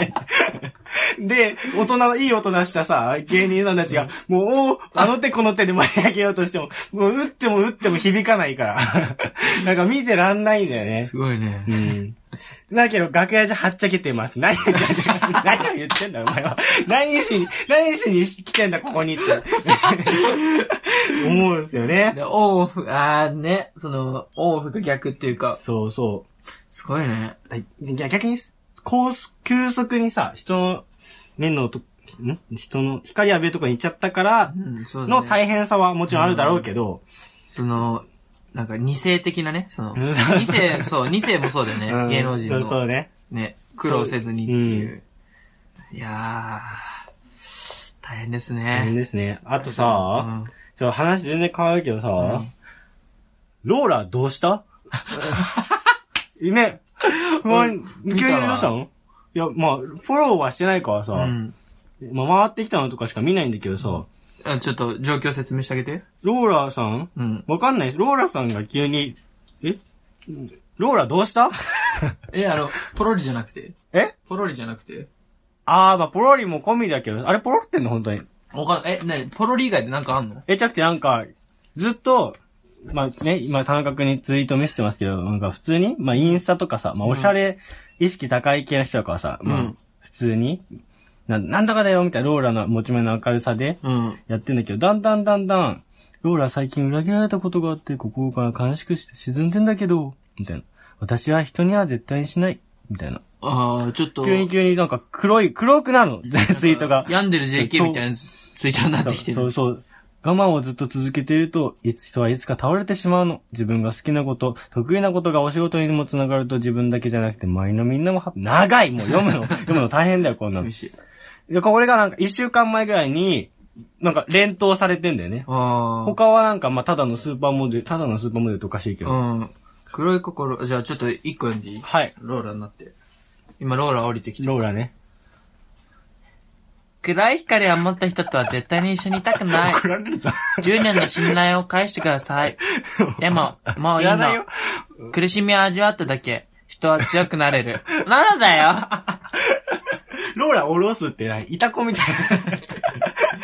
[SPEAKER 1] て。で、大人の、いい大人したさ、芸人さんたちが、もう、おーあの手この手で盛り上げようとしても、もう打っても打っても響かないから。 なんか見てらんないんだよね。
[SPEAKER 2] すごいね
[SPEAKER 1] う。ん。だけど、楽屋じゃはっちゃけてます。何、何を言ってんだ、お前は。何しに、何しに来てんだ、ここにって。 思うんですよね。
[SPEAKER 2] でオンオフ、あーね、その、オンオフが逆っていうか、
[SPEAKER 1] そうそう。
[SPEAKER 2] すごいね。
[SPEAKER 1] いや逆に、こう、急速にさ、人の、面のと、ん人の、光浴びるとこに行っちゃったから
[SPEAKER 2] う、ん、そうだね。
[SPEAKER 1] の大変さはもちろんあるだろうけど、
[SPEAKER 2] その、なんか二世的なね、その、
[SPEAKER 1] うんそう
[SPEAKER 2] 二世、そう、二世もそうだよ
[SPEAKER 1] うん
[SPEAKER 2] ね、芸能人
[SPEAKER 1] そうそ
[SPEAKER 2] の。
[SPEAKER 1] うね。
[SPEAKER 2] ね、苦労せずにっていう。いやー、大変です
[SPEAKER 1] 大変
[SPEAKER 2] ね。
[SPEAKER 1] ですね。あと
[SPEAKER 2] う
[SPEAKER 1] さ、
[SPEAKER 2] ん
[SPEAKER 1] ちょ、話全然変わるけどさ、
[SPEAKER 2] うん
[SPEAKER 1] ローラどうした ね、不安、
[SPEAKER 2] うん
[SPEAKER 1] 急にどうしたのいや、まあ、フォローはしてないからさ、
[SPEAKER 2] うん。
[SPEAKER 1] まあ、回ってきたのとかしか見ないんだけどさ、
[SPEAKER 2] あちょっと状況説明してあげて。
[SPEAKER 1] ローラさん
[SPEAKER 2] うん。
[SPEAKER 1] わかんないです。ローラさんが急に、えローラどうした
[SPEAKER 2] え、あの、ポロリじゃなくて。
[SPEAKER 1] え
[SPEAKER 2] ポロリじゃなくて。
[SPEAKER 1] あー、まあ、ポロリも込みだけど、あれポロってんの本当に。
[SPEAKER 2] わかんえ、なに、ポロリ以外でなんかあんの
[SPEAKER 1] え、ちゃくてなんか、ずっと、まあね、今田中君にツイート見せてますけど、なんか普通に、まあインスタとかさ、まあおしゃれ、意識高い系の人とかはさ、まあ
[SPEAKER 2] うん
[SPEAKER 1] 普通に、ななんとかだよみたいなローラの持ち前の明るさで
[SPEAKER 2] うん。
[SPEAKER 1] やってんだけど、だんだんだんだん、ローラ最近裏切られたことがあって、心から悲しくして沈んでんだけど、みたいな。私は人には絶対にしない、みたいな。
[SPEAKER 2] あー、ちょっと。
[SPEAKER 1] 急に急になんか黒い、黒くなるの、 ツイートが。
[SPEAKER 2] 病んでる JK みたいなツイッターになってきて
[SPEAKER 1] そう
[SPEAKER 2] る。
[SPEAKER 1] そう。我慢をずっと続けていると、いつ人はいつか倒れてしまうの。自分が好きなこと、得意なことがお仕事にもつながると自分だけじゃなくて周りのみんなもハッピー長いもう読む の。読むの大変だよ、こんなの
[SPEAKER 2] 厳。しい。
[SPEAKER 1] でこれがなんか一週間前ぐらいに、なんか連投されてんだよね。
[SPEAKER 2] あー。
[SPEAKER 1] 他はなんかまあただのスーパーモデル、ただのスーパーモデルっておかしいけど。
[SPEAKER 2] うん。黒い心、じゃあちょっと一個読んでいい
[SPEAKER 1] はい。
[SPEAKER 2] ローラになって。今、ローラ降りてきて。
[SPEAKER 1] ローラね。
[SPEAKER 2] 暗い光を持った人とは絶対に一緒にいた くない。
[SPEAKER 1] られるぞ。
[SPEAKER 2] 10年の信頼を返してください。でも、もうい
[SPEAKER 1] 知
[SPEAKER 2] い
[SPEAKER 1] らない
[SPEAKER 2] の
[SPEAKER 1] よ。
[SPEAKER 2] 苦しみを味わっただけ、人は強くなれる。なのだよ
[SPEAKER 1] ローラおろすってない。いた子みたい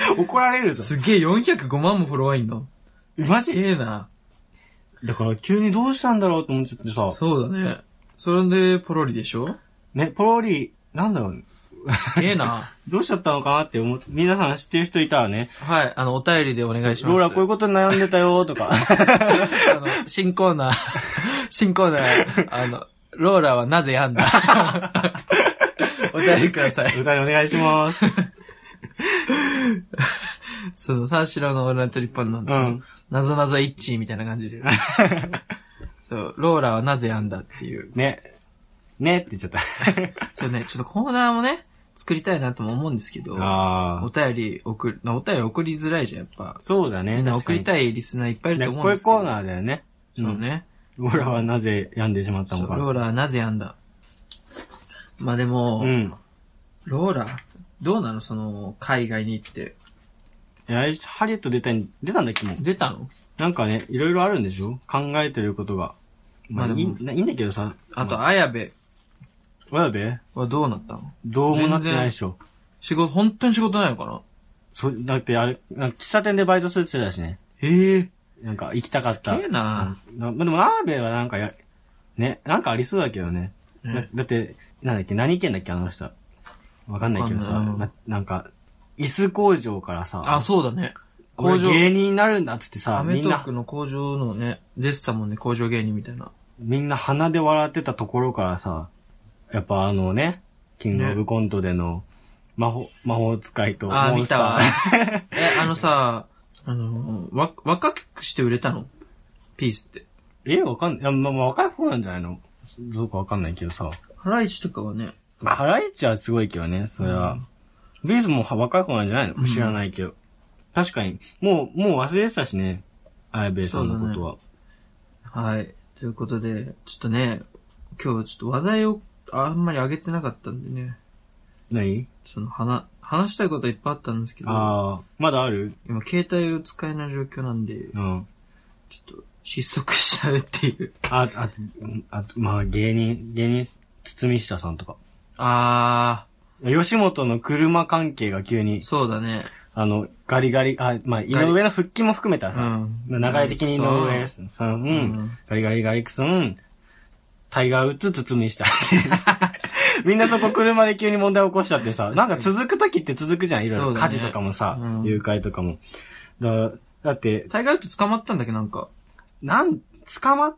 [SPEAKER 1] な。怒られるぞ。
[SPEAKER 2] すげえ、405万もフォロワーいんの。
[SPEAKER 1] マ
[SPEAKER 2] す
[SPEAKER 1] ジ
[SPEAKER 2] げえな。
[SPEAKER 1] だから急にどうしたんだろうと思っちゃってさ。
[SPEAKER 2] そうだね。それで、ポロリでしょ
[SPEAKER 1] ね、ポロリ、なんだろう、ね、
[SPEAKER 2] すげえな。
[SPEAKER 1] どうしちゃったのかなって思う、皆さん知ってる人いたらね、
[SPEAKER 2] はい、あの、お便りでお願いします。
[SPEAKER 1] ローラこういうことに悩んでたよと か、
[SPEAKER 2] あの、新コーナー、 新コーナー、あの、ローラはなぜ病んだお便りください。
[SPEAKER 1] 歌にお願いします。
[SPEAKER 2] その、三四郎のオールナイトリッパンなんですよ。
[SPEAKER 1] うん
[SPEAKER 2] なぞなぞ一致みたいな感 じで。そう、ローラはなぜ病んだっていう。
[SPEAKER 1] ね。ねって言っちゃった。
[SPEAKER 2] そうね、ちょっとコーナーもね、作りたいなとも思うんですけど、
[SPEAKER 1] あ
[SPEAKER 2] お
[SPEAKER 1] あ。
[SPEAKER 2] 便り送る、お便り送りづらいじゃん、やっぱ。
[SPEAKER 1] そうだね。
[SPEAKER 2] みんな
[SPEAKER 1] 確か
[SPEAKER 2] 送
[SPEAKER 1] に
[SPEAKER 2] りたいリスナーいっぱいいる
[SPEAKER 1] ね、
[SPEAKER 2] と思
[SPEAKER 1] こ
[SPEAKER 2] う
[SPEAKER 1] う
[SPEAKER 2] ん
[SPEAKER 1] い
[SPEAKER 2] で
[SPEAKER 1] う
[SPEAKER 2] すけど。
[SPEAKER 1] コーナーだよね。
[SPEAKER 2] そうね。
[SPEAKER 1] ローラはなぜ病んでしまった
[SPEAKER 2] そ
[SPEAKER 1] の
[SPEAKER 2] うロ
[SPEAKER 1] か。
[SPEAKER 2] ーラはなぜ病んだ。まあでも、
[SPEAKER 1] うん。
[SPEAKER 2] ローラ、どうなのその、海外に行って。
[SPEAKER 1] いやあれハリウッド出たん、出たんだっけもう
[SPEAKER 2] 出たの
[SPEAKER 1] なんかね、いろいろあるんでしょ考えてることが。まあ、
[SPEAKER 2] まあ
[SPEAKER 1] い
[SPEAKER 2] で
[SPEAKER 1] い
[SPEAKER 2] も
[SPEAKER 1] ないいんだけどさ。
[SPEAKER 2] あ
[SPEAKER 1] ま
[SPEAKER 2] と、綾部
[SPEAKER 1] あ、わやべ
[SPEAKER 2] はどうなったの
[SPEAKER 1] どうもなってないでしょ。
[SPEAKER 2] 仕事、本当に仕事ないのかな
[SPEAKER 1] そう、だってあれ、なんか喫茶店でバイトするって言ってたしね。
[SPEAKER 2] ええ
[SPEAKER 1] なんか行きたかっ
[SPEAKER 2] す
[SPEAKER 1] た。
[SPEAKER 2] げえな、
[SPEAKER 1] なまあでも、ラーベはなんかや、ね、なんかありそうだけどね。だ
[SPEAKER 2] ね
[SPEAKER 1] だって、なんだっけ、何県だっけ、あの人。わかんないけどさ、
[SPEAKER 2] わかんない
[SPEAKER 1] ななんか、椅子工場からさ、
[SPEAKER 2] あ、そうだね。
[SPEAKER 1] 工場
[SPEAKER 2] 工場、
[SPEAKER 1] 芸人になるんだっつって
[SPEAKER 2] ア
[SPEAKER 1] さ、
[SPEAKER 2] メ
[SPEAKER 1] みん
[SPEAKER 2] トー
[SPEAKER 1] な
[SPEAKER 2] ク、の工場のね、出てたもんね、工場芸人みたいな。
[SPEAKER 1] みんな鼻で笑ってたところからさ、やっぱあのね、キングオブコントでの、魔法、魔法使いとモンスター。
[SPEAKER 2] あー、見たわ。 え、あのさ、あのー、わ、若くして売れたのピースって。
[SPEAKER 1] え、わかんない。いやまあ、まあ若い方なんじゃないのどうかわかんないけどさ。
[SPEAKER 2] ハライチとかはね、
[SPEAKER 1] まあ、ハライチはすごいけどね、それは。ベースも若い子なんじゃないの知らないけど。確かに。もう、もう忘れてたしね。あやべえさんのことは。
[SPEAKER 2] はい。ということで、ちょっとね、今日はちょっと話題をあんまり上げてなかったんでね、
[SPEAKER 1] 何
[SPEAKER 2] その話、話したいことはいっぱいあったんですけど、
[SPEAKER 1] ああ、まだある
[SPEAKER 2] 今携帯を使えない状況なんで、
[SPEAKER 1] うん。
[SPEAKER 2] ちょっと失速しちゃうっていう。
[SPEAKER 1] あ、あ、あと、まあ、芸人、芸人、堤下さんとか。
[SPEAKER 2] あ
[SPEAKER 1] 吉本の車関係が急に
[SPEAKER 2] ー、、そうだね。
[SPEAKER 1] あの、ガリガリ、あ、まあ、井上の復帰も含めたら
[SPEAKER 2] う
[SPEAKER 1] さ、
[SPEAKER 2] ん。
[SPEAKER 1] 流れ的に井上さん、うんん、ガリガリガリクソン、タイガー・ウッズ包みしたっていう。 みんなそこ車で急に問題起こしちゃってさ、なんか続く時って続くじゃん、いろい
[SPEAKER 2] そ
[SPEAKER 1] ろ。
[SPEAKER 2] うだ
[SPEAKER 1] 火
[SPEAKER 2] ね
[SPEAKER 1] 事とかもさ
[SPEAKER 2] うん、
[SPEAKER 1] 誘拐とかも。だだって、
[SPEAKER 2] タイガーウッズ捕まったんだっけ、なんか。
[SPEAKER 1] なん、捕まっ、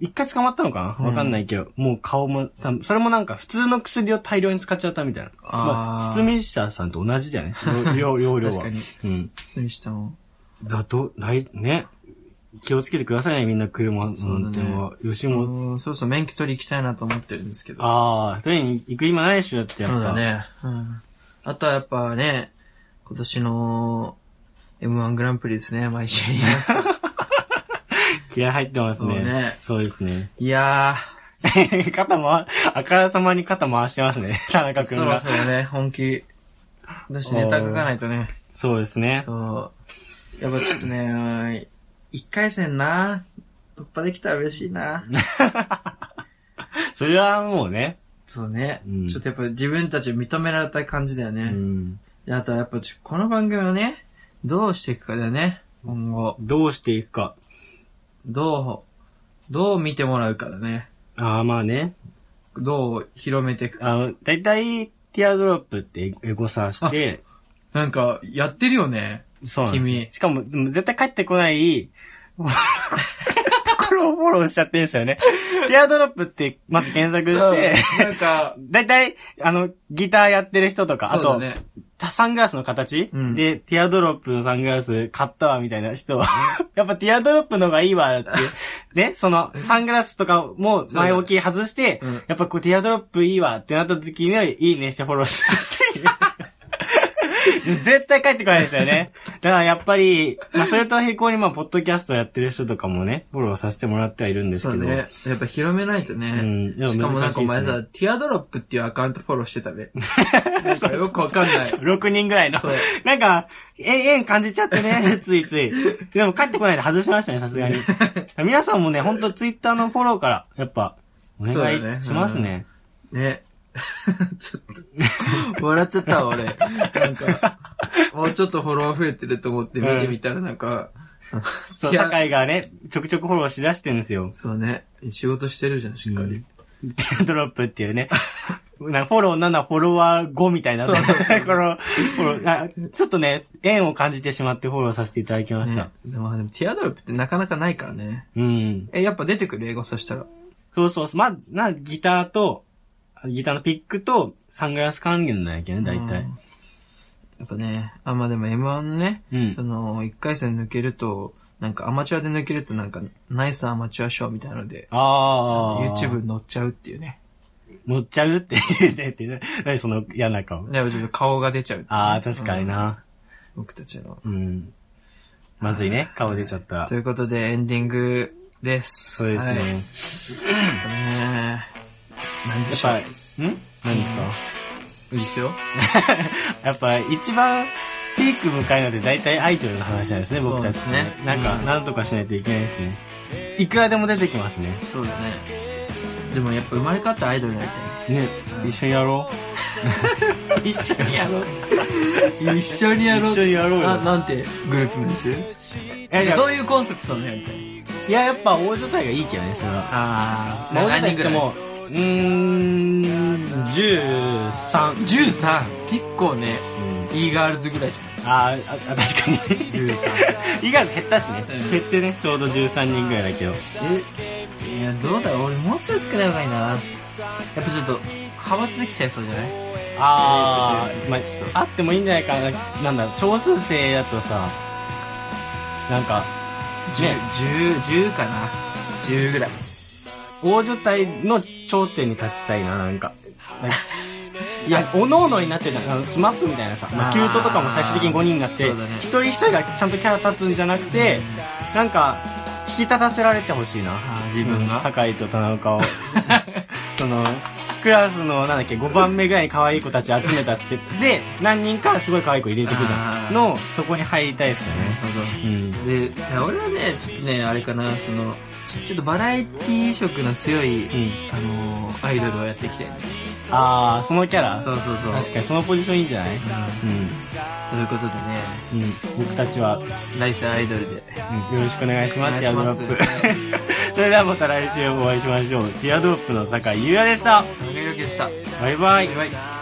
[SPEAKER 1] 一回捕まったのか
[SPEAKER 2] うん
[SPEAKER 1] なわかんないけど、もう顔も、多分それもなんか普通の薬を大量に使っちゃったみたいな。
[SPEAKER 2] あー
[SPEAKER 1] まあ、堤下さんと同じだよね。 容容量
[SPEAKER 2] 確
[SPEAKER 1] は
[SPEAKER 2] か。に。
[SPEAKER 1] うん。
[SPEAKER 2] 堤下も。
[SPEAKER 1] だと、来、ね。気をつけてくださいね、みんな車の運転は。吉
[SPEAKER 2] う
[SPEAKER 1] 本。
[SPEAKER 2] ん、そうそう、免許取り行きたいなと思ってるんですけど。
[SPEAKER 1] ああ、それに行く今ないでしょ、だってやっ
[SPEAKER 2] そうだ
[SPEAKER 1] ぱ。
[SPEAKER 2] ね。うん。あとはやっぱね、今年の M1 グランプリですね、毎週言います。
[SPEAKER 1] 気合入ってます
[SPEAKER 2] そうね
[SPEAKER 1] ね。そうですね。
[SPEAKER 2] いや
[SPEAKER 1] 肩回、あからさまに肩回してますね、田中
[SPEAKER 2] ー、そ
[SPEAKER 1] 君
[SPEAKER 2] ろ
[SPEAKER 1] が
[SPEAKER 2] そ。ろね、本気だしネタ書かないとね。
[SPEAKER 1] そうですね。
[SPEAKER 2] そう。やっぱちょっとね、一回戦な、突破できたら嬉しいな。
[SPEAKER 1] それはもうね。
[SPEAKER 2] そうね、
[SPEAKER 1] うん
[SPEAKER 2] ちょっとやっぱ自分たちを認められたい感じだよ
[SPEAKER 1] う
[SPEAKER 2] ね。
[SPEAKER 1] ん。
[SPEAKER 2] であとはやっぱちょこの番組をね、どうしていくかだよね、今後。
[SPEAKER 1] どうしていくか。
[SPEAKER 2] どう、どう見てもらうかだね。
[SPEAKER 1] ああ、まあね。
[SPEAKER 2] どう広めていくか。
[SPEAKER 1] あの、だいたい、ティアドロップってエゴサして、
[SPEAKER 2] なんか、やってるよね。
[SPEAKER 1] そうなの
[SPEAKER 2] 君
[SPEAKER 1] しかも、でも絶対帰ってこない、 ところをフォローしちゃってるんですよ ね。ティアドロップって、まず検索して、
[SPEAKER 2] なん か、
[SPEAKER 1] だいたい、あの、ギターやってる人とか、
[SPEAKER 2] そ
[SPEAKER 1] あ
[SPEAKER 2] うだ
[SPEAKER 1] と、
[SPEAKER 2] ね。
[SPEAKER 1] サングラスの形、
[SPEAKER 2] うん
[SPEAKER 1] で、ティアドロップのサングラス買ったわ、みたいな人は、 やっぱティアドロップの方がいいわ、 って。ね、その、サングラスとかも前置き外して、
[SPEAKER 2] うん
[SPEAKER 1] やっぱこうティアドロップいいわってなった時に、いいねしてフォローしたっていう。 絶対帰ってこないですよね。だからやっぱり、まあそれと並行にまあ、ポッドキャストやってる人とかもね、フォローさせてもらってはいるんです
[SPEAKER 2] そ
[SPEAKER 1] け
[SPEAKER 2] う
[SPEAKER 1] ど。
[SPEAKER 2] ね。やっぱ広めないと
[SPEAKER 1] う
[SPEAKER 2] ね。
[SPEAKER 1] ん、でも
[SPEAKER 2] しかもな
[SPEAKER 1] 難
[SPEAKER 2] んか
[SPEAKER 1] し
[SPEAKER 2] お
[SPEAKER 1] いです
[SPEAKER 2] 前
[SPEAKER 1] ね
[SPEAKER 2] さ、ティアドロップっていうアカウントフォローしてた ね。なんかよくわかんない。
[SPEAKER 1] そ
[SPEAKER 2] そう
[SPEAKER 1] う6人ぐらいの。 なんか、え、縁感じちゃって ね、ついつい。でも帰ってこないで外しましたね、さすがに。皆さんもね、ほんとツイッターのフォローから、やっぱ、お願
[SPEAKER 2] そうだね
[SPEAKER 1] いしますね。
[SPEAKER 2] ね。 ちょっと、笑っちゃったわ、俺。なんか、もうちょっとフォロワー増えてると思って見てみたらなんか、
[SPEAKER 1] そう、
[SPEAKER 2] いや
[SPEAKER 1] 酒井がね、ちょくちょくフォローしだしてるんですよ。
[SPEAKER 2] そうね。仕事してるじゃん、しっかり。
[SPEAKER 1] ティアドロップっていうね。なんかフォロー7、フォロワー5みたいな。 このフォローあちょっとね、縁を感じてしまってフォローさせていただきました。
[SPEAKER 2] ねでも、でもティアドロップってなかなかないからね。
[SPEAKER 1] うん。
[SPEAKER 2] え、やっぱ出てくる英語さしたら。
[SPEAKER 1] そうそうそう。まあ、な、ギターと、ギターのピックと、サングラス関連なんやけどね、大
[SPEAKER 2] う
[SPEAKER 1] 体
[SPEAKER 2] ん。やっぱね、あ、まあでも M1 ね、
[SPEAKER 1] うん
[SPEAKER 2] その、1回戦抜けると、なんかアマチュアで抜けるとなんか、ナイスアマチュア賞みたいなので、
[SPEAKER 1] ああ。
[SPEAKER 2] YouTube 乗っちゃうっていうね。
[SPEAKER 1] 乗っちゃうって言ってて、ね、何その嫌な顔。
[SPEAKER 2] でもちょっと顔が出ちゃうっていうね
[SPEAKER 1] ああ、確かにな。
[SPEAKER 2] 僕たちの。
[SPEAKER 1] うん。まずいね、顔出ちゃった
[SPEAKER 2] と。いうことで、エンディングです。
[SPEAKER 1] そうです
[SPEAKER 2] はい。
[SPEAKER 1] ね。
[SPEAKER 2] ちょっとね、なんで
[SPEAKER 1] やっ
[SPEAKER 2] しょう。
[SPEAKER 1] ぱ、ん何ですか
[SPEAKER 2] いいっすよ。
[SPEAKER 1] やっぱ、一番、ピーク迎えるので大体アイドルの話なんですね、僕たち
[SPEAKER 2] そうですね
[SPEAKER 1] なんか
[SPEAKER 2] う、ん
[SPEAKER 1] なんとかしないといけないですね。いくらでも出てきますね。
[SPEAKER 2] そうですね。でもやっぱ生まれ変わったアイドルになりた
[SPEAKER 1] ね、一緒にやろ
[SPEAKER 2] い。一緒にやろう。一緒に
[SPEAKER 1] う。
[SPEAKER 2] やろう。
[SPEAKER 1] 一緒にやろうよ
[SPEAKER 2] な。なんてグループ名する
[SPEAKER 1] いやいや
[SPEAKER 2] どういうコンセプトのやりたい
[SPEAKER 1] いや、やっぱ大所帯がいいけどね、それは。
[SPEAKER 2] あ
[SPEAKER 1] まあ大所帯
[SPEAKER 2] 何
[SPEAKER 1] っ
[SPEAKER 2] 人
[SPEAKER 1] て言
[SPEAKER 2] ぐら
[SPEAKER 1] っ
[SPEAKER 2] い
[SPEAKER 1] ても、うーん、13。
[SPEAKER 2] 13結構ね
[SPEAKER 1] うん、
[SPEAKER 2] e ガールズぐらいじゃ
[SPEAKER 1] あーあ、あ確かに。
[SPEAKER 2] ない13
[SPEAKER 1] 以外減ったしね
[SPEAKER 2] うん。
[SPEAKER 1] 減ってね、ちょうど13人ぐらいだけど。
[SPEAKER 2] えいやどうだろう俺もうちょい少ない方がいいなやっぱちょっと派閥できちゃいそうじゃない
[SPEAKER 1] あ
[SPEAKER 2] えー
[SPEAKER 1] ー、まあ、ちょっと、あってもいいんじゃないかな。なんだ、少数制だとさ、なんか、ね
[SPEAKER 2] 10, 10かな10ぐらい
[SPEAKER 1] 大所帯の頂点に立ちたいな、なんか。いや、おのおのになってるじゃんあの。スマップみたいなさ、まあ、
[SPEAKER 2] あー
[SPEAKER 1] キュートとかも最終的に5人になって、
[SPEAKER 2] そうだね
[SPEAKER 1] 一人一人がちゃんとキャラ立つんじゃなくて、なんか、引き立たせられてほしいな。
[SPEAKER 2] あー自分
[SPEAKER 1] うん
[SPEAKER 2] が。
[SPEAKER 1] 酒井と田中を。 その、クラスの、なんだっけ、5番目ぐらいに可愛い子たち集めたっつって、で、何人かすごい可愛い子入れてくじゃん。
[SPEAKER 2] あー
[SPEAKER 1] の、そこに入りたいですよね。うん。
[SPEAKER 2] で、いや俺はね、ちょっとね、あれかな、その、ちょっとバラエティ色の強い、
[SPEAKER 1] うん。
[SPEAKER 2] あのーアイドルをやっていきたいね。
[SPEAKER 1] あー、そのキャラ
[SPEAKER 2] そうそうそう。
[SPEAKER 1] 確かにそのポジションいいんじゃない
[SPEAKER 2] うん
[SPEAKER 1] うん。
[SPEAKER 2] そういうことでね、
[SPEAKER 1] うん。僕たちは、
[SPEAKER 2] 来世アイドルで。
[SPEAKER 1] うんよろしくお願いします、
[SPEAKER 2] お
[SPEAKER 1] ティ
[SPEAKER 2] 願
[SPEAKER 1] ア
[SPEAKER 2] いし
[SPEAKER 1] ドロ
[SPEAKER 2] ま
[SPEAKER 1] ッ
[SPEAKER 2] す
[SPEAKER 1] プ。 それではまた来週お会いしましょう。ティアドロップの酒井優也でした。
[SPEAKER 2] お願いしました。
[SPEAKER 1] バイバイ。
[SPEAKER 2] バイバイ。